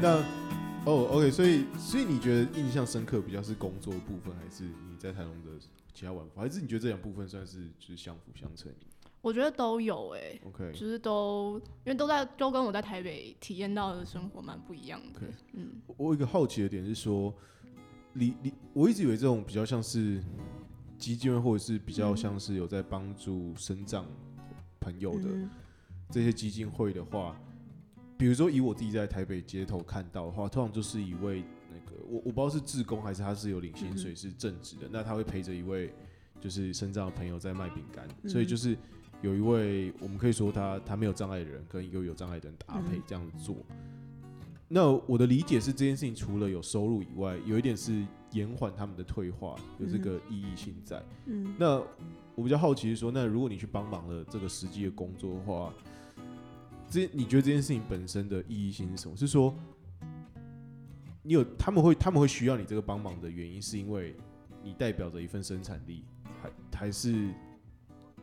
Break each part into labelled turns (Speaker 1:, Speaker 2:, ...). Speaker 1: 那哦，OK，所以所以你觉得印象深刻比较是工作部分，还是你在台东的其他玩法，还是你觉得这两部分算是就是相辅相成
Speaker 2: 我觉得都有哎、
Speaker 1: ？OK，
Speaker 2: 就是都因为都在都跟我在台北体验到的生活蛮不一样的
Speaker 1: OK
Speaker 2: 嗯，
Speaker 1: 我我有一个好奇的点是说，你你我一直以为这种比较像是基金会，或者是比
Speaker 2: 嗯
Speaker 1: 较像是有在帮助生长朋友的
Speaker 2: 嗯
Speaker 1: 这些基金会的话，比如说以我自己在台北街头看到的话，通常就是一位那个我我不知道是志工还是他是有领薪水是正职
Speaker 2: 嗯
Speaker 1: 的，那他会陪着一位就是身障的朋友在卖饼干，
Speaker 2: 嗯
Speaker 1: 所以就是有一位我们可以说他他没有障碍的人跟一个有障碍的人搭配
Speaker 2: 嗯
Speaker 1: 这样子做。那我的理解是，这件事情除了有收入以外，有一点是延缓他们的退化，有这个意义性在。
Speaker 2: 嗯，
Speaker 1: 那我比较好奇是说，那如果你去帮忙了这个实际的工作的话，这你觉得这件事情本身的意义性是什么？是说你有他们会他们会需要你这个帮忙的原因，是因为你代表着一份生产力，还还是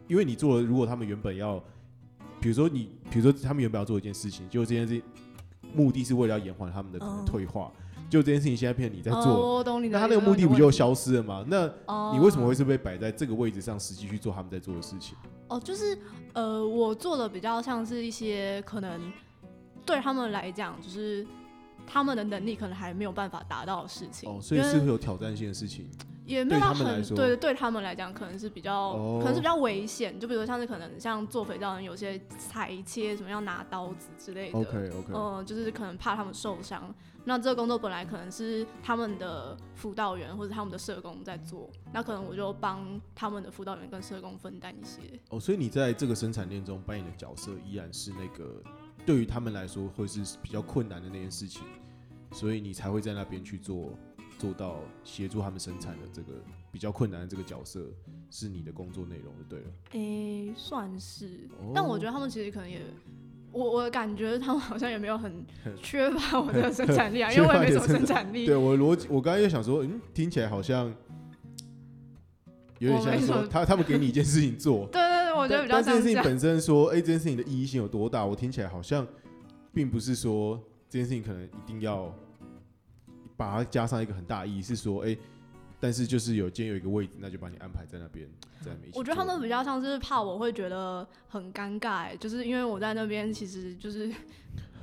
Speaker 1: 因为你做了？如果他们原本要，比如说你，比如说他们原本要做一件事情，结果这件事情目的是为了要延缓他们的可能
Speaker 2: 哦
Speaker 1: 退化，就这件事情现在变成你在做了，
Speaker 2: 哦，我懂你的
Speaker 1: 那
Speaker 2: 意
Speaker 1: 他
Speaker 2: 思，
Speaker 1: 那个目的
Speaker 2: 我懂
Speaker 1: 不
Speaker 2: 你的
Speaker 1: 就
Speaker 2: 问题？
Speaker 1: 消失了吗？那
Speaker 2: 哦
Speaker 1: 你为什么会是被摆在这个位置上，实际去做他们在做的事情？
Speaker 2: 哦，就是呃，我做的比较像是一些可能对他们来讲，就是他们的能力可能还没有办法达到的事情。
Speaker 1: 哦，所以
Speaker 2: 因为
Speaker 1: 是会有挑战性的事情。
Speaker 2: 也没有到
Speaker 1: 对他们来
Speaker 2: 很
Speaker 1: 说
Speaker 2: 对，对他们来讲可能是比较、
Speaker 1: 哦
Speaker 2: 可能是比较危险。就比如说像是可能像做肥皂人，有些裁切什么要拿刀子之类的。
Speaker 1: OK OK，、
Speaker 2: 嗯、就是可能怕他们受伤。那这个工作本来可能是他们的辅导员或者他们的社工在做，那可能我就帮他们的辅导员跟社工分担一些。
Speaker 1: 哦，所以你在这个生产链中扮演的角色依然是那个对于他们来说会是比较困难的那件事情，所以你才会在那边去做做到协助他们生产的这个比较困难的这个角色是你的工作内容就对了。
Speaker 2: 诶、算是，
Speaker 1: 哦
Speaker 2: 但我觉得他们其实可能也，我我感觉他们好像也没 有很
Speaker 1: 很
Speaker 2: 缺乏我的生产力 啊，因为我也没什么生产力
Speaker 1: 对。我逻辑，我刚刚又想说，嗯，听起来好像有点
Speaker 2: 我
Speaker 1: 像
Speaker 2: 没
Speaker 1: 是
Speaker 2: 什
Speaker 1: 说
Speaker 2: 么
Speaker 1: 他他们给你一件事情做，
Speaker 2: 对对对，我觉得比较
Speaker 1: 但但这件
Speaker 2: 像这
Speaker 1: 事情
Speaker 2: 样。
Speaker 1: 本身说，哎、这件事情的意义性有多大？我听起来好像并不是说这件事情可能一定要把它加上一个很大的意义，是说，哎、但是就是有今天有一个位置，那就把你安排在那边，在那边一起
Speaker 2: 我觉得他
Speaker 1: 做
Speaker 2: 们比较像是怕我会觉得很尴尬、欸就是因为我在那边其实就是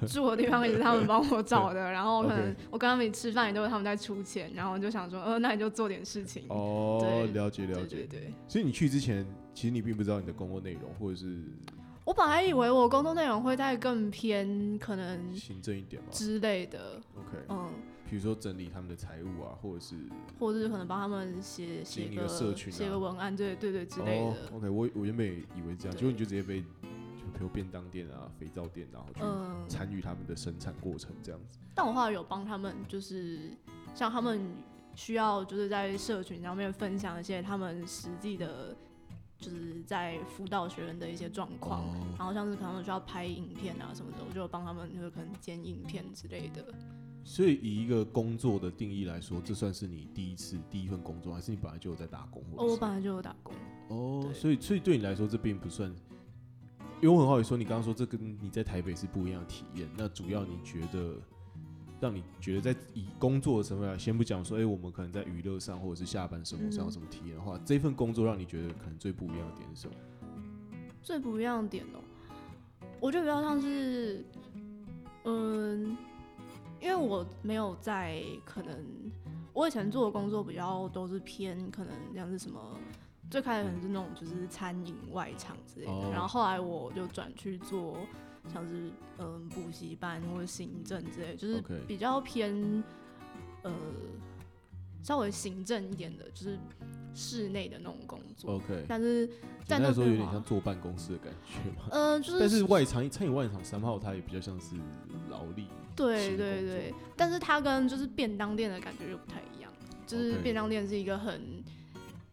Speaker 2: 住的地方也是他们帮我找的，然后可能
Speaker 1: OK
Speaker 2: 我跟他们一起吃饭也都是他们在出钱，然后就想说，呃，那你就做点事情。
Speaker 1: 哦，
Speaker 2: 对
Speaker 1: 了解了
Speaker 2: 对
Speaker 1: 解
Speaker 2: 对。对，
Speaker 1: 所以你去之前，其实你并不知道你的工作内容，或者是
Speaker 2: 我本来以为我工作内容会再更偏可能
Speaker 1: 行政一点嘛。
Speaker 2: 之类的，
Speaker 1: OK，
Speaker 2: 嗯，
Speaker 1: 比如说整理他们的财务啊，或者是
Speaker 2: 或者是可能帮他们写写
Speaker 1: 经营一个
Speaker 2: 个
Speaker 1: 社群啊
Speaker 2: 写个文案，对对对之类的。
Speaker 1: 哦、OK，我我原本也以为是这样，
Speaker 2: 对
Speaker 1: 结果你就直接被就比如便当店啊、肥皂店，然后去
Speaker 2: 嗯，
Speaker 1: 参与他们的生产过程这样子。
Speaker 2: 但我后来有帮他们，就是像他们需要就是在社群上面分享一些他们实际的，就是在辅导学员的一些状况。然后像是可能他们需要拍影片啊什么的，我就有帮他们就是可能剪影片之类的。
Speaker 1: 所以以一个工作的定义来说，这算是你第一次第一份工作，还是你本来就有在打工？
Speaker 2: 哦，我本
Speaker 1: 来
Speaker 2: 来就有打工，
Speaker 1: 哦
Speaker 2: 对，
Speaker 1: 所以所以对你来说，这并不算。因为我很好奇说，你刚刚说这跟你在台北是不一样的体验。那主要你觉得，让你觉得在以工作的身份来，先不讲说，哎、我们可能在娱乐上或者是下班生活上有
Speaker 2: 嗯
Speaker 1: 什么体验的话，这份工作让你觉得可能最不一样的点是什么？
Speaker 2: 最不一样的点哦、我觉得比较像是，嗯，因为我没有在可能我以前做的工作比较都是偏可能像是什么，最开始可能是那种就是餐饮外场之类的，
Speaker 1: 哦
Speaker 2: 然后后来我就转去做像是嗯补习班或者行政之类，就是
Speaker 1: OK
Speaker 2: 比较偏呃稍微行政一点的，就是室内的那种工作。
Speaker 1: OK，
Speaker 2: 但是在
Speaker 1: 简单
Speaker 2: 那
Speaker 1: 来说有
Speaker 2: 边
Speaker 1: 点
Speaker 2: 的话
Speaker 1: 像坐办公室的感觉嘛。
Speaker 2: 嗯、就是
Speaker 1: 但是外场餐饮外场三号，它也比较像是劳力。
Speaker 2: 对
Speaker 1: 新的
Speaker 2: 对
Speaker 1: 工作
Speaker 2: 对，但是它跟就是便当店的感觉就不太一样，就是
Speaker 1: OK
Speaker 2: 便当店是一个很，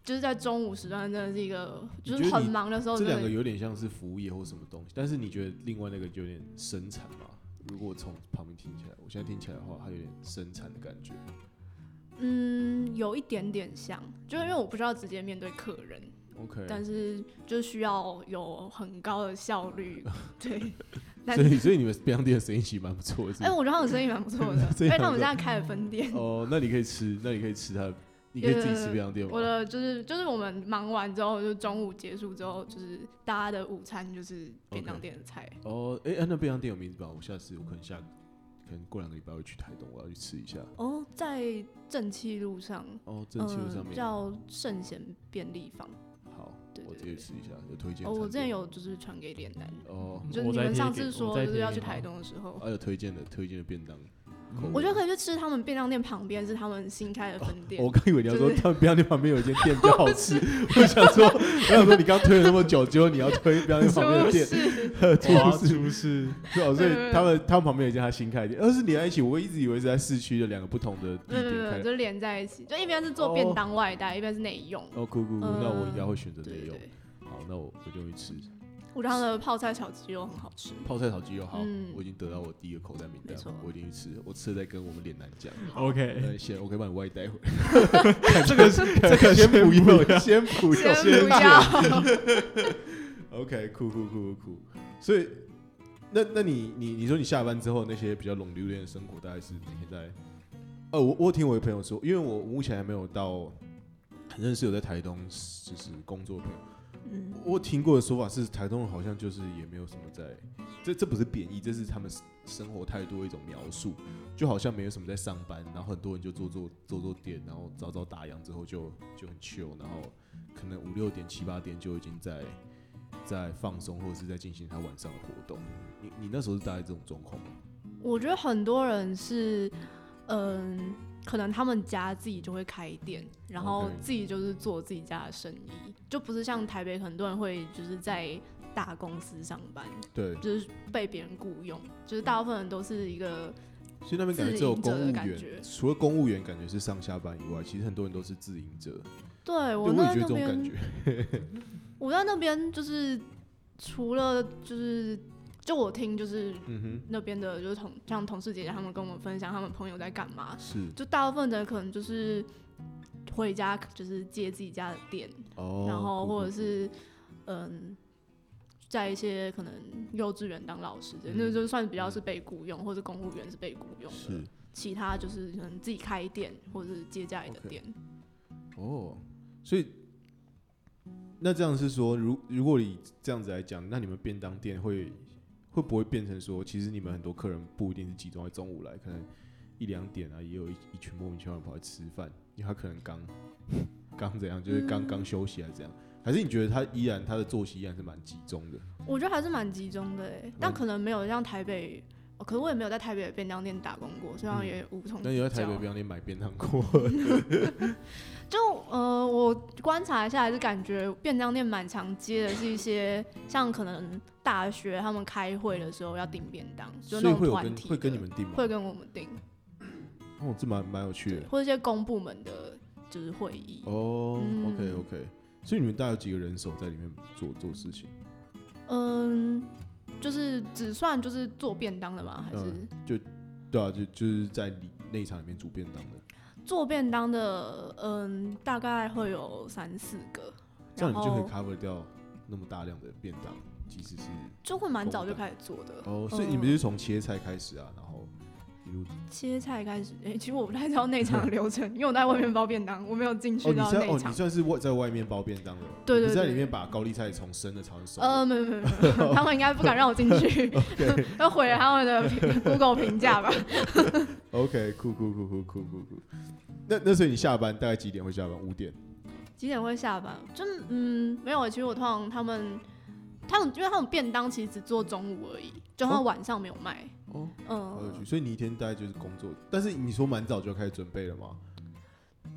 Speaker 2: 就是在中午时段真的是一个，
Speaker 1: 你
Speaker 2: 就
Speaker 1: 觉
Speaker 2: 是
Speaker 1: 得
Speaker 2: 很
Speaker 1: 你
Speaker 2: 忙的时候
Speaker 1: 这
Speaker 2: 真的，
Speaker 1: 两个有点像是服务业或什么东西，但是你觉得另外那个就有点生产嘛？如果我从旁边听起来，我现在听起来的话，它有点生产的感觉。
Speaker 2: 嗯，有一点点像，就是因为我不需要直接面对客人，
Speaker 1: OK，
Speaker 2: 但是就需要有很高的效 率，对。但
Speaker 1: 所
Speaker 2: 是，
Speaker 1: 以所以你们便当店的生意其实蛮不错的，是
Speaker 2: 哎、
Speaker 1: 不，
Speaker 2: 我觉得他们生意蛮不错的
Speaker 1: 这
Speaker 2: 因
Speaker 1: 样
Speaker 2: 为他们
Speaker 1: 子
Speaker 2: 现在开了分店
Speaker 1: 是。哦，那你可以吃，那你可以吃它的，你可以自己吃便当店吗
Speaker 2: 我？的就是就是我们忙完之后，就中午结束之后，就是大家的午餐就是便当
Speaker 1: OK
Speaker 2: 店的菜。
Speaker 1: 哦，哎、啊那便当店有名字吧？我下次我可能下，可能过两个礼拜会去台东，我要去吃一下。
Speaker 2: 哦，在正气路上，
Speaker 1: 哦，正气路上
Speaker 2: 嗯、
Speaker 1: 面、
Speaker 2: 叫圣贤便利坊。
Speaker 1: 好，
Speaker 2: 对
Speaker 1: 我直
Speaker 2: 对
Speaker 1: 接试一下，有推荐。
Speaker 2: 哦，我之前。有就是传给脸男，
Speaker 1: 哦，啊
Speaker 2: 就是
Speaker 3: 我
Speaker 2: 你
Speaker 3: 再
Speaker 2: 们
Speaker 3: 贴
Speaker 2: 上
Speaker 3: 给
Speaker 2: 次
Speaker 3: 我
Speaker 2: 说
Speaker 3: 再
Speaker 2: 就是
Speaker 3: 贴
Speaker 2: 要
Speaker 3: 给
Speaker 2: 去
Speaker 3: 你
Speaker 2: 台东的时候，
Speaker 1: 还、有推荐的，推荐的便当。口
Speaker 2: 我
Speaker 1: 味
Speaker 2: 觉得可以去吃他们便当店旁边是他们新开的分店。
Speaker 1: 哦我刚以为你要说
Speaker 2: 就
Speaker 1: 他们便当店旁边有一间 店比较好吃，我想说，我想说你刚推了那么久，结果你要 推便当店旁边的
Speaker 2: 就
Speaker 1: 店，
Speaker 2: 是
Speaker 3: 哇，
Speaker 1: 出事
Speaker 3: 出事！
Speaker 1: 哦，所以
Speaker 2: 对
Speaker 1: 他们他们旁边有一间他新开的店，而是连在一起，我一直以为是在市区的两个不同的地
Speaker 2: 没有没有没
Speaker 1: 点
Speaker 2: 有，
Speaker 1: 开的。
Speaker 2: 就连在一起，就一边是做便当外带，一边是内用。
Speaker 1: 哦，酷酷酷，那我应该会选择
Speaker 2: 嗯对
Speaker 1: 内
Speaker 2: 对
Speaker 1: 用。
Speaker 2: 对，
Speaker 1: 好，那我我就去吃
Speaker 2: 我觉得他的泡菜炒鸡肉很好吃。
Speaker 1: 泡菜炒鸡肉。好，
Speaker 2: 嗯
Speaker 1: 我已经得到我第一个口袋名
Speaker 2: 没
Speaker 1: 单
Speaker 2: 错，
Speaker 1: 我一定去吃。我吃了再跟我们脸男 讲。
Speaker 3: OK，
Speaker 1: 那先我可以把你外带回来。
Speaker 3: 这个是这个
Speaker 1: 先
Speaker 3: 不
Speaker 1: 不
Speaker 3: 用
Speaker 1: 用，先不
Speaker 2: 先
Speaker 1: 用，
Speaker 2: 不要，
Speaker 1: OK，酷酷酷酷酷。所以，那那你你你说你下班之后那些比较冷榴莲的生活，大概是每天在……呃，我我有听我的朋友说，因为我目前还没有到很认识有在台东就是工作的朋友，
Speaker 2: 嗯，
Speaker 1: 我我听过的说法是，台东人好像就是也没有什么在，这这不是贬义，这是他们生生活态度的一种描述，就好像没有什么在上班，然后很多人就做做做做店，然后早早打烊之后就就很 chill，然后可能五六点七八点就已经在在放松或者是在进行他晚上的活动。你你那时候是大概这种状况吗？
Speaker 2: 我觉得很多人是，嗯、可能他们家自己就会开店，然后
Speaker 1: OK
Speaker 2: 自己就是做自己家的生意，就不是像台北很多人会就是在大公司上班，
Speaker 1: 对，
Speaker 2: 就是被别人雇佣，就是大部分人都是一个
Speaker 1: 所以那边感觉只有公
Speaker 2: 自
Speaker 1: 务
Speaker 2: 营者的感
Speaker 1: 员
Speaker 2: 觉，
Speaker 1: 除了公务员感觉是上下班以外，其实很多人都是自营者。
Speaker 2: 对
Speaker 1: 对，
Speaker 2: 我
Speaker 1: 我也
Speaker 2: 在
Speaker 1: 觉得这
Speaker 2: 那
Speaker 1: 种感
Speaker 2: 边
Speaker 1: 觉。
Speaker 2: 我在那边就是除了就是就我听就是
Speaker 1: 嗯
Speaker 2: 那边的就是同像同事姐姐他们跟我们分享他们朋友在干嘛
Speaker 1: 哼，，是
Speaker 2: 就大部分的人可能就是回家就是接自己家的店，
Speaker 1: 哦，
Speaker 2: 然后
Speaker 1: 酷酷
Speaker 2: 或者是嗯。在一些可能幼稚园当老师的，
Speaker 1: 嗯
Speaker 2: 那就算比较是被雇佣，或者公务员是被雇佣的
Speaker 1: 是。
Speaker 2: 其他就是可能自己开店，或者是接家里的
Speaker 1: OK
Speaker 2: 店。
Speaker 1: 哦，所以那这样是说，如如果你这样子来讲，那你们便当店会会不会变成说，其实你们很多客人不一定是集中在中午来，可能一两点啊，也有一一群莫名其妙的跑来吃饭，因为他可能刚刚怎样，就是刚刚休息还是怎样，还是你觉得他依然他的作息依然是蛮集中的？
Speaker 2: 我觉得还是蛮集中的诶，
Speaker 1: 嗯
Speaker 2: 但可能没有像台北，哦可是我也没有在台北的便当店打工过，所以好像也无从比较。
Speaker 1: 嗯那有在台北便当店买便当过？
Speaker 2: 就呃，我观察下来是感觉便当店蛮常接的是一些像可能大学他们开会的时候要订便当，就
Speaker 1: 所
Speaker 2: 那
Speaker 1: 以会
Speaker 2: 种
Speaker 1: 有
Speaker 2: 团
Speaker 1: 跟
Speaker 2: 体
Speaker 1: 会跟
Speaker 2: 的
Speaker 1: 你们订吗？
Speaker 2: 会跟我们订，
Speaker 1: 哦，这蛮蛮有趣的
Speaker 2: 对，。或者一些公部门的就是会议。
Speaker 1: 哦、o k
Speaker 2: 嗯
Speaker 1: OK，所以你们大概有几个人手在里面做做事情？
Speaker 2: 嗯，就是只算就是做便当的吗？还是、
Speaker 1: 嗯对啊，就就是在里内场里面煮便当的，
Speaker 2: 做便当的？嗯，大概会有三四个，
Speaker 1: 这样
Speaker 2: 然
Speaker 1: 你就可以
Speaker 2: 后
Speaker 1: cover 掉那么大量的便当，即使是
Speaker 2: 就会蛮早就
Speaker 1: 公
Speaker 2: 开始做的。
Speaker 1: 哦，所以你们就是从切菜开始啊，然后一路
Speaker 2: 切菜开始，哎、其实我不太知道内场的 流程，因为我在外面包便当，我没有进
Speaker 1: 哦，
Speaker 2: 去
Speaker 1: 你
Speaker 2: 到
Speaker 1: 算
Speaker 2: 内
Speaker 1: 哦，
Speaker 2: 场。
Speaker 1: 你算是外在外面包便当的，
Speaker 2: 对
Speaker 1: 你不
Speaker 2: 对
Speaker 1: 是在
Speaker 2: 对
Speaker 1: 里面把高丽菜从生的炒成熟的。
Speaker 2: 呃，没有没有没有，他们应该不敢让我进 去， 要毁了他们的评 Google 评价吧。
Speaker 1: OK，酷酷酷酷酷酷酷。那那所以你下班大概几点会下班？五点。
Speaker 2: 几点会下班？就嗯，没有。其实我通常他们，他们因为他们便当其实只做中午而已，就他们晚上没有卖。
Speaker 1: 哦，好有
Speaker 2: 嗯
Speaker 1: 趣。，所以你一天大概就是工作，但是你说蛮早就开始准备了吗？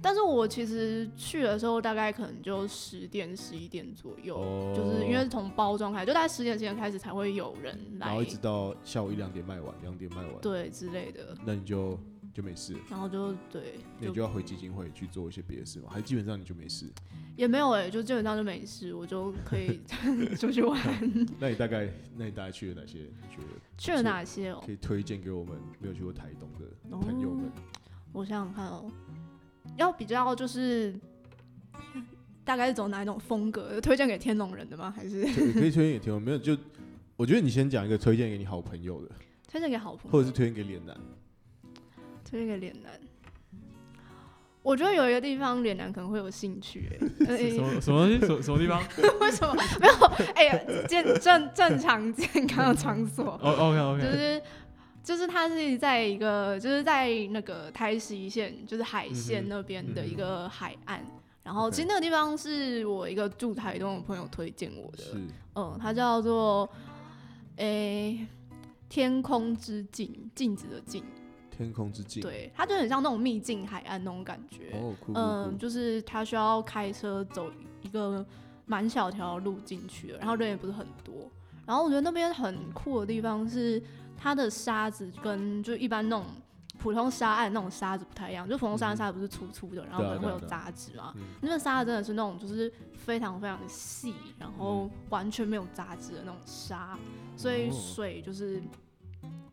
Speaker 2: 但是我其实去的时候大概可能就十点十一点左右，
Speaker 1: 哦
Speaker 2: 就是因为从包装开始，就大概十点十点开始才会有人
Speaker 1: 然
Speaker 2: 来
Speaker 1: 后一，直到下午一两点卖完，两点卖完，
Speaker 2: 对之类的。
Speaker 1: 那你就就没事了，
Speaker 2: 然后就对，
Speaker 1: 那你就要回基金会去做一些别的事嘛，还基本上你就没事。
Speaker 2: 也没有哎、就基本上就没事，我就可以 出去玩。
Speaker 1: 那你大概那你大概去了哪些？你觉得
Speaker 2: 去了哪些哦、
Speaker 1: 可以推荐给我们没有去过台东的朋友们？
Speaker 2: 哦我想想看哦、要比较就是 大概是走哪一种风格？有推荐给天龙人的吗？还是
Speaker 1: 就也可以推荐给听众，没有就我觉得你先讲一个推荐给你好朋友的，
Speaker 2: 推荐给好朋
Speaker 1: 或
Speaker 2: 友？
Speaker 1: 者是推荐给脸男。
Speaker 2: 推荐给脸男。我觉得有一个地方脸男可能会有兴趣、欸，
Speaker 3: 什
Speaker 2: 哎
Speaker 3: 么什么东西什什么地方？
Speaker 2: 为什么 没有？哎、呀，健正正常健康的场所，
Speaker 3: 哦，OK
Speaker 2: 就
Speaker 3: OK，
Speaker 2: 是就是它是在一个就是在那个台西县，就是海
Speaker 3: 嗯
Speaker 2: 线
Speaker 3: 哼
Speaker 2: 那边的一
Speaker 3: 嗯哼
Speaker 2: 个海岸。然后
Speaker 1: OK
Speaker 2: 其实那个地方是我一个住台东的朋友推荐我的，
Speaker 1: 是
Speaker 2: 嗯，它叫做诶、天空之镜，镜子的镜，
Speaker 1: 天空之镜。
Speaker 2: 对，它就很像那种秘境海岸那种感觉。
Speaker 1: 哦，酷酷酷。
Speaker 2: 嗯，就是他需要开车走一个蛮小条的路进去的，然后人也不是很多。然后我觉得那边很酷的地方是它的沙子跟就一般那种普通沙岸那种沙子不太一样，就普通沙
Speaker 1: 嗯
Speaker 2: 岸沙子不是粗粗的，然后
Speaker 1: 对啊
Speaker 2: 可能会
Speaker 1: 对啊
Speaker 2: 有
Speaker 1: 对啊
Speaker 2: 杂质嘛。
Speaker 1: 嗯
Speaker 2: 那边沙子真的是那种就是非常非常细，然后完全没有杂质的那种沙，所以
Speaker 1: 嗯哦
Speaker 2: 水就是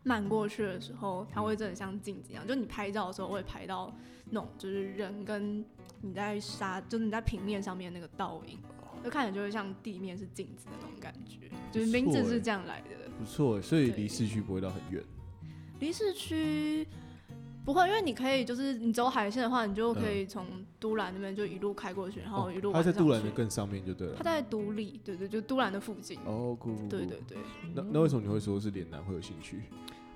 Speaker 2: 漫过去的时候，它会真的像镜子一样，就你拍照的时候会拍到那种就是人跟你在沙，就是你在平面上面那个倒影，就看起来就会像地面是镜子的那种感觉，就是名字
Speaker 1: 不错欸
Speaker 2: 是这样来的。
Speaker 1: 不错，所以
Speaker 2: 对
Speaker 1: 离市区不会到很远。
Speaker 2: 离市区不会，因为你可以就是你走海线的话，你就可以从都兰那边就一路开过去，然后哦一路
Speaker 1: 他嗯哦
Speaker 2: 玩
Speaker 1: 在
Speaker 2: 上去。
Speaker 1: 杜兰的更上面就对
Speaker 2: 它
Speaker 1: 了。
Speaker 2: 在独立，对对，就都兰的附近。
Speaker 1: 哦，酷酷酷。
Speaker 2: 对对对，
Speaker 1: 那那 为什么你会说是脸男会有兴趣？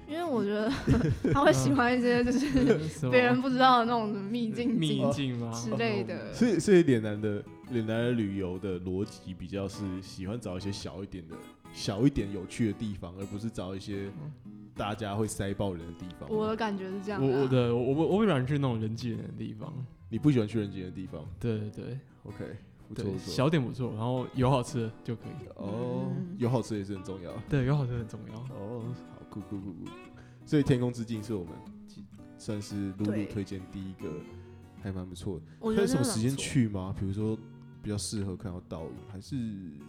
Speaker 2: 因为我觉得 他会喜欢一些就是
Speaker 1: 嗯
Speaker 3: 什么
Speaker 2: 别人不知道的那种什么秘境
Speaker 3: 秘
Speaker 2: 景
Speaker 3: 境吗？
Speaker 2: 之类的。
Speaker 1: 所以所以脸男的脸男的旅游的逻辑比较是喜欢找一些小一点的、小一点有趣的地方，而不是找一些大家会塞爆人的地方。
Speaker 2: 嗯我的感觉是这样
Speaker 3: 哦我
Speaker 2: 啦。
Speaker 3: 我的我我我不喜欢去那种人挤人的地方。
Speaker 1: 你不喜欢去人挤人的地方
Speaker 3: 对对对
Speaker 1: ？OK，不错
Speaker 3: 对，
Speaker 1: 不错。
Speaker 3: 小点不错，然后有好吃的就可以。
Speaker 1: 哦
Speaker 2: 嗯，
Speaker 1: 有好吃也是很重要。
Speaker 3: 对，有好吃的很重要。
Speaker 1: 哦，好酷酷酷酷！所以《天空之境》是我们算是露露
Speaker 2: 对
Speaker 1: 推荐第一个，还蛮不错的。
Speaker 2: 我觉
Speaker 1: 有
Speaker 2: 得
Speaker 1: 什么
Speaker 2: 真的
Speaker 1: 时间
Speaker 2: 不错？
Speaker 1: 去吗？比如说比较适合看到倒影，还是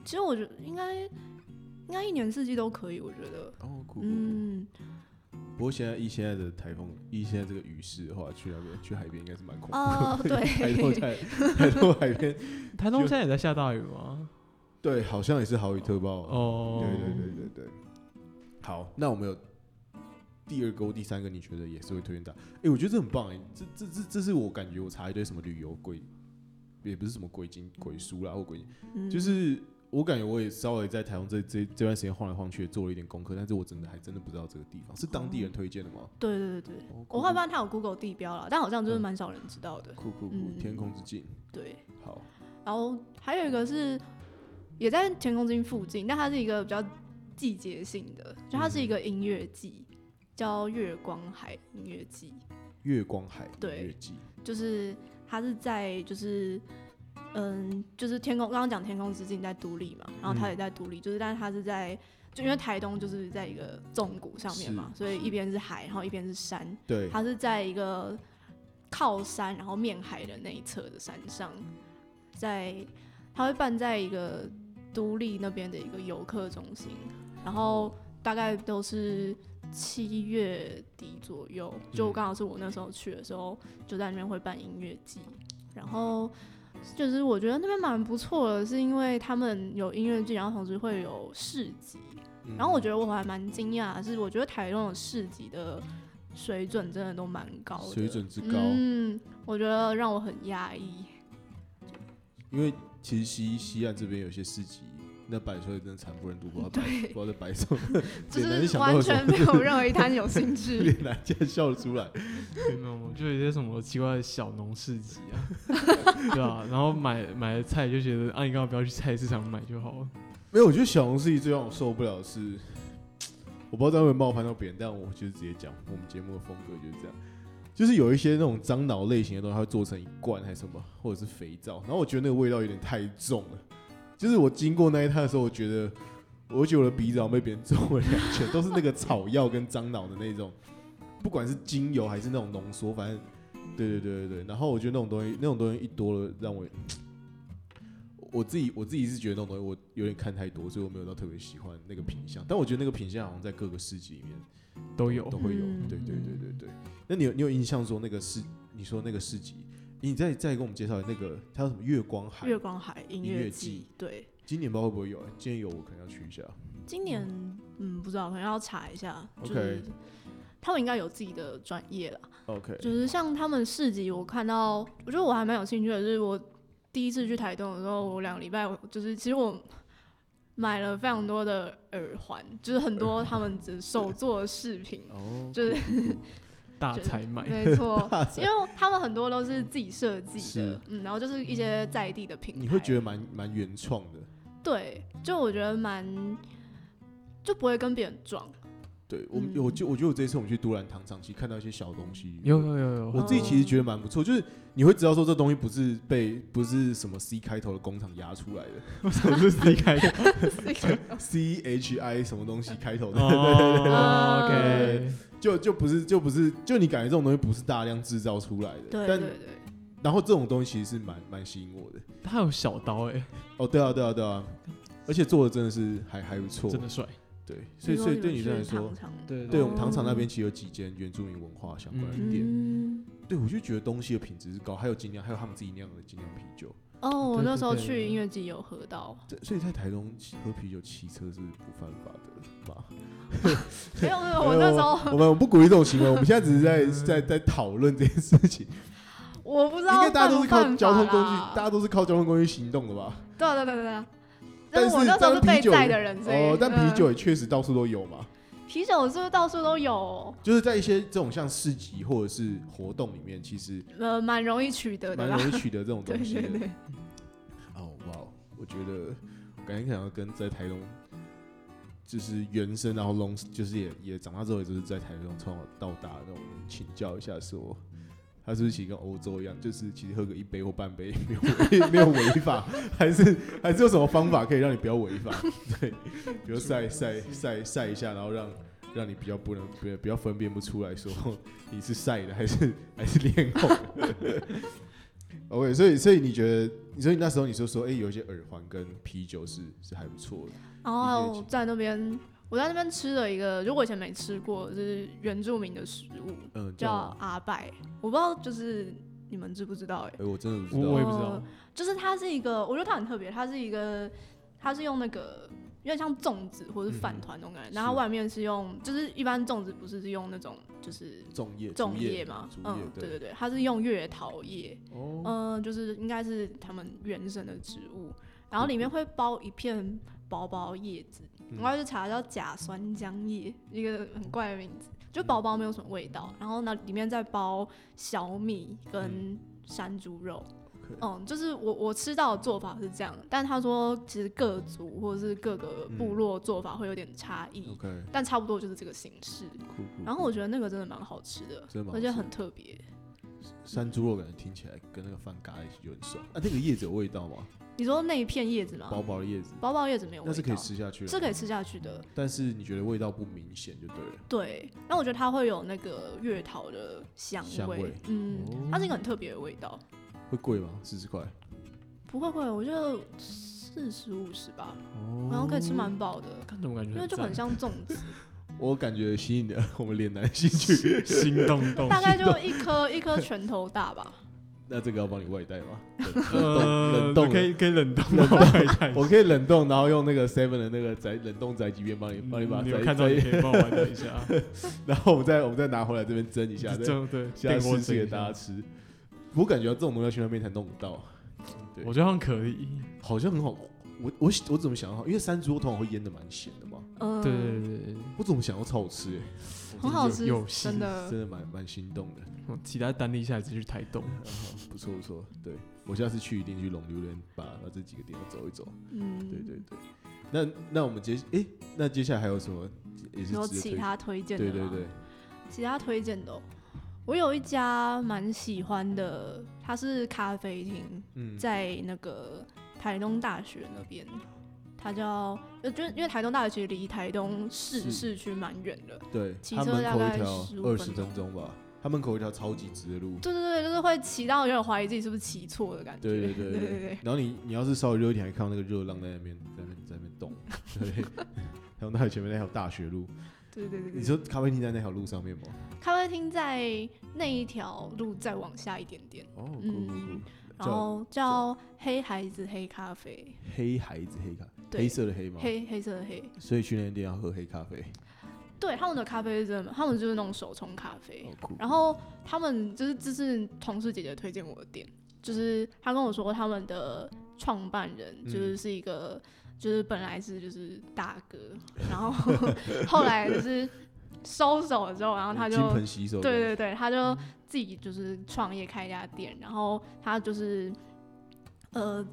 Speaker 2: 其实我觉得应该应该一年四季都可以，我觉得。
Speaker 1: 哦酷酷酷。
Speaker 2: 嗯，
Speaker 1: 不过现在以现在的台风，以现在这个雨势的话，去那边去海边应该是蛮恐怖。
Speaker 2: 哦，
Speaker 1: 海东
Speaker 2: 对，
Speaker 1: 在海东海边，
Speaker 3: 台东现在也在下大雨吗？
Speaker 1: 对，好像也是豪雨特报。对
Speaker 3: 哦，
Speaker 1: 对对对对。好，那我们有第二个、第三个，你觉得也是会推荐大家？哎、我觉得这很棒哎、这这这这是我感觉我查一堆什么旅游鬼，也不是什么鬼经鬼书啦或鬼，
Speaker 2: 嗯
Speaker 1: 就是我感觉我也稍微在台湾这这这段时间晃来晃去，做了一点功课，但是我真的还真的不知道这个地方是当地人推荐的吗？
Speaker 2: 对对对对。
Speaker 1: 哦
Speaker 2: 我
Speaker 1: 酷
Speaker 2: 后来发现它有 Google 地标了，但好像就是
Speaker 1: 嗯
Speaker 2: 蛮少人知道的。
Speaker 1: 酷酷酷
Speaker 2: 嗯
Speaker 1: 天空之境，
Speaker 2: 对，
Speaker 1: 好，
Speaker 2: 然后还有一个是也在天空之境附近，但它是一个比较季节性的，就它是一个音乐季，叫月光海音乐季，
Speaker 1: 月光海音
Speaker 2: 对
Speaker 1: 乐季，
Speaker 2: 就是它是在就是。嗯，就是天空，刚刚讲天空之境在独立嘛，然后它
Speaker 1: 嗯
Speaker 2: 也在独立，就是但是它是在，就因为台东就是在一个纵谷上面嘛，
Speaker 1: 是
Speaker 2: 所以
Speaker 1: 是
Speaker 2: 一边是海，然后一边是山，
Speaker 1: 对，
Speaker 2: 它是在一个靠山，然后面海的那一侧的山上，在它会办在一个独立那边的一个游客中心，然后大概都是七月底左右，就
Speaker 1: 嗯
Speaker 2: 刚好是我那时候去的时候，就在那边会办音乐季，然后。就是我觉得那边蛮不错的，是因为他们有音乐季，然后同时会有市集，
Speaker 1: 嗯
Speaker 2: 然后我觉得我还蛮惊讶的是，我觉得台东的市集的水准真的都蛮高的，
Speaker 1: 水准之高，
Speaker 2: 嗯，我觉得让我很压抑。
Speaker 1: 因为其实西西岸这边有些市集，那摆出来真的惨不忍睹，不知道摆
Speaker 2: 对
Speaker 1: 不知道在摆什么，
Speaker 2: 就
Speaker 1: 简单
Speaker 2: 是
Speaker 1: 想到
Speaker 2: 完
Speaker 1: 有什
Speaker 2: 全
Speaker 1: 么
Speaker 2: 没有任何一摊有 兴趣。
Speaker 1: 脸男竟然笑得出来。
Speaker 3: 没有，就有一些什么奇怪的小农市集 啊，对啊，然后买买的菜就觉得，啊，你干嘛不要去菜市场买就好了？
Speaker 1: 没有，我觉得小红市集最让我受不了的是，我不知道这样会不会冒犯到别人，但我就是直接讲，我们节目的风格就是这样。就是有一些那种樟脑类型的东西，它会做成一罐还是什么，或者是肥皂，然后我觉得那个味道有点太重了。就是我经过那一摊的时候，我觉得，我觉得我的鼻子好像被别人揍了两拳，都是那个草药跟樟脑的那种，不管是精油还是那种浓缩，反正，对对对对对。然后我觉得那种东西，那种东西一多了，让我，我自己我自己是觉得那种东西我有点看太多，所以我没有到特别喜欢那个品相。但我觉得那个品相好像在各个市集里面
Speaker 3: 都有
Speaker 1: 都，会有。
Speaker 2: 嗯
Speaker 1: 对对对对对。那你有你有印象说那个市，你说那个市集，你再再给我们介绍那个，它有什么月光海？
Speaker 2: 月光海音
Speaker 1: 音乐
Speaker 2: 乐
Speaker 1: 季
Speaker 2: 季，对，
Speaker 1: 今年不知道会不会有、欸？今年有我可能要去一下。
Speaker 2: 今年嗯不知道，可能要查一下，就是
Speaker 1: OK
Speaker 2: 他们应该有自己的专业啦。
Speaker 1: OK，，
Speaker 2: 就是像他们市集，我看到，我觉得我还蛮有兴趣的。就是我第一次去台东的时候，我两个礼拜，我就是其实我买了非常多的耳环，就是很多他们只手做的饰品
Speaker 1: 哦，
Speaker 2: 就是
Speaker 3: 大才买，
Speaker 2: 没错，因为他们很多都是自己设计
Speaker 1: 是
Speaker 2: 的，嗯，然后就是一些在地的品牌，
Speaker 1: 你会觉得蛮蛮原创的。
Speaker 2: 对，就我觉得蛮就不会跟别人 撞，
Speaker 1: 对我们，
Speaker 2: 嗯
Speaker 1: 我就我觉得我这次我们去都兰糖厂，其实看到一些小东西。
Speaker 3: 有有有有，
Speaker 1: 我 自己其实觉得蛮不错，就是你会知道说这东西不是被不是什么 C 开头的工厂压出来的
Speaker 3: 我总是自己开的。
Speaker 1: ，C H I 什么东西开头的，
Speaker 3: 哦，OK，
Speaker 1: 就就不是就不是就你感觉这种东西不是大量制造出来的。
Speaker 2: 对对
Speaker 1: 但
Speaker 2: 对。
Speaker 1: 然后这种东西其实是蛮蛮吸引我的。
Speaker 3: 他有小刀哎，
Speaker 1: 哦，对啊，对啊，对啊，而且做的真的是还还不错，
Speaker 3: 真的帅。
Speaker 1: 对，所以所以对
Speaker 2: 你
Speaker 1: 你
Speaker 2: 说
Speaker 1: 来
Speaker 2: 们去
Speaker 1: 说
Speaker 2: 糖，厂
Speaker 3: 对
Speaker 1: 对
Speaker 2: 哦
Speaker 1: 我们糖厂那边其实有几间原住民文化相关的店，
Speaker 2: 嗯，
Speaker 1: 对我就觉得东西的品质是高，还有精酿，还有他们自己酿的精酿啤酒，
Speaker 2: 哦，我
Speaker 3: 对
Speaker 2: 那
Speaker 3: 对
Speaker 2: 时候
Speaker 3: 对
Speaker 2: 去音乐季有喝到，
Speaker 1: 这所以在台东骑喝啤酒骑车是不犯法的 吧？
Speaker 2: 没有没有，我那时候
Speaker 1: 我们我们不鼓励这种行为，我们现在只是在在在讨论这件事情，应
Speaker 2: 我不知道
Speaker 1: 该大家都是
Speaker 2: 犯
Speaker 1: 靠
Speaker 2: 不犯法
Speaker 1: 交通工具，
Speaker 2: 啦
Speaker 1: 大家都是靠交通工具行动的吧？
Speaker 2: 对啊对啊对啊对啊。
Speaker 1: 但
Speaker 2: 是我那时候
Speaker 1: 但
Speaker 2: 是
Speaker 1: 是
Speaker 2: 被
Speaker 1: 啤酒
Speaker 2: 载的人，所以
Speaker 1: 哦，但啤酒
Speaker 2: 嗯
Speaker 1: 也确实到处都有嘛。
Speaker 2: 啤酒是不是到处都有？
Speaker 1: 就是在一些这种像市集或者是活动里面，其实
Speaker 2: 呃，蛮容易取得的
Speaker 1: 蛮
Speaker 2: 啦。
Speaker 1: 容易取得这种
Speaker 2: 对
Speaker 1: 东西的。
Speaker 2: 对对，
Speaker 1: 哦，哇哦，我觉得我感觉想要跟在台东，就是原生，然后龙，就是也也长大之后，也就是在台东从小到大那种人请教一下说。他是不是其实跟欧洲一样，就是其实喝个一杯或半杯 没有违没有违法， 还是还是有什么方法可以让你不要违法？ 对，比如晒晒晒晒一下，然后让让你比较不能不要不要分辨不出来说 你是晒的还是还是脸红的。OK，所以所以你觉得，所以那时候你说说，哎、有一些耳环跟啤酒是是还不错的，
Speaker 2: 然后还有哦在那边，我在那边吃了一个，就我以前没吃过，就是原住民的食物，
Speaker 1: 嗯，这
Speaker 2: 叫
Speaker 1: 样，
Speaker 2: 阿拜，我不知道就是你们知不知道哎、
Speaker 1: 哎、我真的不
Speaker 3: 我
Speaker 1: 知道，
Speaker 3: 我也不知道
Speaker 2: 哦，就是它是一个，我觉得它很特别，它是一个，它是用那个有点像粽子或是饭团那种感觉，
Speaker 1: 是
Speaker 2: 然后它外面是用，就是一般粽子不是是用那种就是
Speaker 1: 粽叶
Speaker 2: 粽
Speaker 1: 叶
Speaker 2: 叶嘛，
Speaker 1: 竹叶
Speaker 2: 嗯，对
Speaker 1: 对，
Speaker 2: 对对，它是用月桃叶，
Speaker 1: 哦，
Speaker 2: 嗯、就是应该是他们原生的植物，然后里面会包一片薄薄叶子，
Speaker 1: 嗯
Speaker 2: 然后就查叫假酸浆叶，一个很怪的名字，
Speaker 1: 嗯
Speaker 2: 就薄薄没有什么味道，然后呢里面再包小米跟山猪肉。
Speaker 1: 嗯 OK
Speaker 2: 嗯，就是我我吃到的做法是这样，但他说其实各族或者是各个部落做法会有点差异，
Speaker 1: 嗯 OK，嗯
Speaker 2: 但差不多就是这个形式。
Speaker 1: 酷酷。
Speaker 2: 然后我觉得那个真的蛮好吃的，
Speaker 1: 真的蛮好
Speaker 2: 而且
Speaker 1: 吃的
Speaker 2: 很特别。
Speaker 1: 山猪肉感觉听起来跟那个饭嘎在一起就很爽，啊，那个叶子有味道吗？
Speaker 2: 你说那一片叶子吗？
Speaker 1: 薄薄的叶子，
Speaker 2: 薄薄叶子嗯没有味道，
Speaker 1: 那是可以，吃下去的，嗯
Speaker 2: 是可以，吃下去的。
Speaker 1: 但是你觉得味道不明显就对了，
Speaker 2: 对，那我觉得它会有那个月桃的香味，
Speaker 1: 香味
Speaker 2: 嗯，
Speaker 1: 哦
Speaker 2: 它是一个很特别的味道。
Speaker 1: 会贵吗？四十块，
Speaker 2: 不会不会，我觉得四十五十吧，
Speaker 1: 哦
Speaker 2: 然后可以吃蛮饱的，
Speaker 3: 看怎么感觉
Speaker 2: 因为就
Speaker 3: 赞
Speaker 2: 很像 粽子，
Speaker 1: 我感觉吸引了 我们脸男兴趣，
Speaker 3: 心动动
Speaker 2: 大概就一颗一颗拳头 大吧。
Speaker 1: 那这个要帮你外带吗？冷冷冻，冷
Speaker 3: 呃
Speaker 1: 冻
Speaker 3: 可
Speaker 1: 了。
Speaker 3: 以可以冷冻吗？冷
Speaker 1: 我可以冷冻，然后用那个 Seven 的那个宅冷冻宅急便帮你帮你把
Speaker 3: 嗯你
Speaker 1: 它
Speaker 3: 有
Speaker 1: 宅
Speaker 3: 看到你
Speaker 1: 宅，
Speaker 3: 可以帮我玩一下，
Speaker 1: 然后我们再我们再拿回来这边蒸一 下，
Speaker 3: 这
Speaker 1: 再
Speaker 3: 样对，
Speaker 1: 下
Speaker 3: 电锅
Speaker 1: 试吃
Speaker 3: 蒸
Speaker 1: 给
Speaker 3: 一
Speaker 1: 大家
Speaker 3: 下，
Speaker 1: 吃。我感觉这种东西要去那边才弄得到，对
Speaker 3: 我觉得好像可以，
Speaker 1: 好像很好。我我我怎么想到？因为山猪肉通常会腌的蛮咸的嘛，
Speaker 2: 嗯，
Speaker 3: 对对对对
Speaker 1: 我怎么想到超好吃、
Speaker 2: 很好吃
Speaker 3: 有有，戏
Speaker 2: 真
Speaker 1: 欸，
Speaker 2: 的。
Speaker 1: 真的蛮蛮心动的。
Speaker 3: 对，我期待单立下一次去台东，
Speaker 2: 嗯
Speaker 1: 不错不错，对我下次去一定去龙榴莲，把把这几个地方走一走。
Speaker 2: 嗯，
Speaker 1: 对对对，那那我们接诶，那接下来还有什么也是
Speaker 2: 有
Speaker 1: 值得
Speaker 2: 其
Speaker 1: 推？
Speaker 2: 他推荐的
Speaker 1: 对
Speaker 2: 吗？
Speaker 1: 对对，
Speaker 2: 其他推荐的哦、我有一家蛮喜欢的，它是咖啡厅，
Speaker 1: 嗯，
Speaker 2: 在那个台东大学那边，它叫，呃，就是因为台东大学其实离台东
Speaker 1: 是
Speaker 2: 市市区蛮远的，
Speaker 1: 对，
Speaker 2: 骑
Speaker 1: 他
Speaker 2: 车
Speaker 1: 门
Speaker 2: 大
Speaker 1: 口一
Speaker 2: 概
Speaker 1: 条
Speaker 2: 15
Speaker 1: 二
Speaker 2: 分
Speaker 1: 十
Speaker 2: 钟
Speaker 1: 分钟吧，他门口一条超级直的路。
Speaker 2: 对对对，就是会骑到有点怀疑自己是不是骑错的感觉，
Speaker 1: 对对
Speaker 2: 对
Speaker 1: 对对
Speaker 2: 对
Speaker 1: 然后你你要是稍微热一点，还 看到那个热浪在那边在那边在那边动。对，还有那前面那条大学路，
Speaker 2: 对对对对
Speaker 1: 你说咖啡厅在那条路上面吗？
Speaker 2: 咖啡厅在那一条路再往下一点点，
Speaker 1: 哦，酷酷酷
Speaker 2: 嗯，然后叫黑孩子黑咖啡，
Speaker 1: 黑孩子黑咖，
Speaker 2: 对
Speaker 1: 黑色的黑吗？
Speaker 2: 黑黑色的黑。
Speaker 1: 所以去那间店要喝黑咖啡，
Speaker 2: 对，他们的咖啡是真的，他们就是那种手冲咖啡。
Speaker 1: 好酷。
Speaker 2: 然后他们就是这是同事姐姐推荐我的店，就是她跟我说他们的创办人就是是一个、就是本来是就是大哥，然后后来就是收手了之后，然后他就
Speaker 1: 金盆洗哦手的
Speaker 2: 对
Speaker 1: 感觉，
Speaker 2: 对对，他就自己就是创业开一家店，然后他就是呃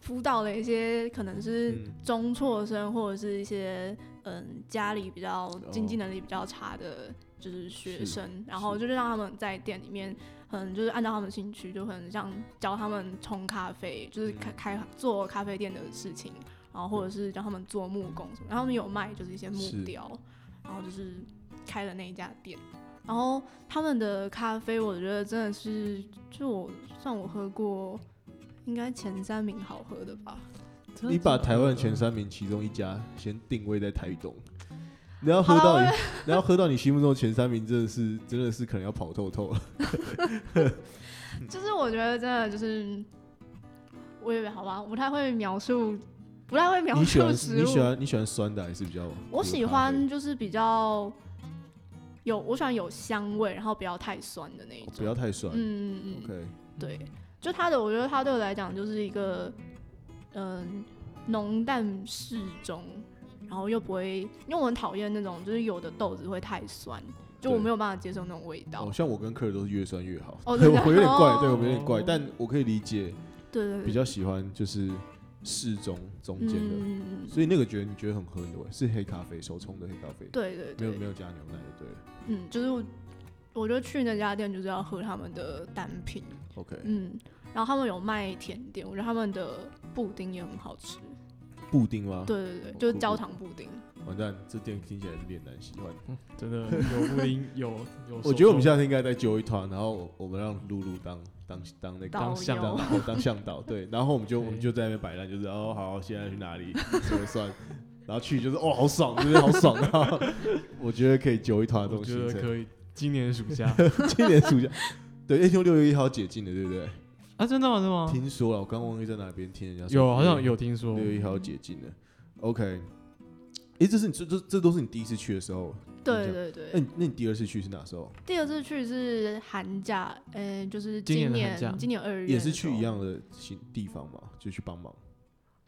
Speaker 2: 辅导了一些可能是
Speaker 1: 嗯
Speaker 2: 中辍生或者是一些嗯家里比较经济能力比较差的，就是学
Speaker 1: 是
Speaker 2: 生，然后就是让他们在店里面。嗯，就是按照他们兴趣，就很像教他们冲咖啡，就是开开做咖啡店的事情，然后或者是教他们做木工什么，然后他们有卖就是一些木
Speaker 1: 是
Speaker 2: 雕，然后就是开了那一家店，然后他们的咖啡我觉得真的是，就我算我喝过应该前三名好喝的吧，
Speaker 1: 你把台湾前
Speaker 3: 身
Speaker 1: 三名其中一家先定位在台东，你要喝
Speaker 2: 啊
Speaker 1: 到你， 你要喝到你心目中的前三名，真的是真的是可能要跑透透了。
Speaker 2: 就是我觉得真的就是，我也好吧，我不太会描述，不太会描
Speaker 1: 你喜
Speaker 2: 述
Speaker 1: 欢
Speaker 2: 食
Speaker 1: 你喜
Speaker 2: 物，
Speaker 1: 欢你喜欢酸的还是比较？
Speaker 2: 我喜
Speaker 1: 比
Speaker 2: 欢
Speaker 1: 如
Speaker 2: 就是比较有我喜欢有香味，然后不要太酸的那一
Speaker 1: 咖啡哦
Speaker 2: 种，
Speaker 1: 不要太酸。
Speaker 2: 嗯嗯嗯，
Speaker 1: OK，
Speaker 2: 对，就它的我觉得它对我来讲就是一个嗯浓淡适中，然后又不会，因为我很讨厌那种就是有的豆子会太酸，就我
Speaker 1: 对
Speaker 2: 没有办法接受那种味道
Speaker 1: 哦，。像我跟客人都是越酸越好。
Speaker 2: 哦
Speaker 1: 对
Speaker 2: 真
Speaker 1: 我
Speaker 2: 的
Speaker 1: 我有点怪，
Speaker 2: 哦
Speaker 1: 对我有点怪，但我可以理解，
Speaker 2: 对对对，
Speaker 1: 比较喜欢就是适中中间的。
Speaker 2: 嗯嗯嗯，
Speaker 1: 所以那个觉得你觉得很合你的味，是黑咖啡手冲的黑咖啡，
Speaker 2: 对对
Speaker 1: 没有没
Speaker 2: 对，
Speaker 1: 有加牛奶的，对了。
Speaker 2: 嗯，就是我我就去那家店就是要喝他们的单品，
Speaker 1: OK，
Speaker 2: 嗯，然后他们有卖甜点，我觉得他们的布丁也很好吃，
Speaker 1: 布丁吗？，
Speaker 2: 对对对，
Speaker 1: 哦
Speaker 2: 就是
Speaker 1: 酷
Speaker 2: 焦
Speaker 1: 酷
Speaker 2: 糖布丁。
Speaker 1: 完蛋，这店听起来是恋男喜欢。
Speaker 3: 嗯真的有布丁，有有手
Speaker 1: 我
Speaker 3: 工。
Speaker 1: 觉得我们下次应该再揪一团，然后我们让露露当当当那个
Speaker 2: 导
Speaker 1: 当向
Speaker 2: 游
Speaker 1: 导，哦当向导，对，然后我们就
Speaker 3: 对
Speaker 1: 我们就在那边摆烂，就是哦好，现在去哪里，怎么算，然后去就是哦好爽，真的好爽啊！我觉得可以揪一团这种
Speaker 3: 我觉
Speaker 1: 行
Speaker 3: 得
Speaker 1: 程，
Speaker 3: 可以。今年暑假
Speaker 1: 今年暑假，对，因为六月一号解禁的，对不对？
Speaker 3: 啊，真的吗？真的吗？
Speaker 1: 听说了，我刚忘记在哪边听人家说
Speaker 3: 有，好像有听说
Speaker 1: 六。月一号解禁的，OK。诶，这是你这这这都是你第一次去的时候，
Speaker 2: 对对对，
Speaker 1: 那你那你第二次去是哪时候？
Speaker 2: 第二次去是寒假，嗯、就是
Speaker 3: 今
Speaker 2: 今
Speaker 3: 年的寒假
Speaker 2: 今年二月
Speaker 1: 也是
Speaker 2: 的时
Speaker 1: 去
Speaker 2: 候
Speaker 1: 一。样的行地方嘛，就去帮忙。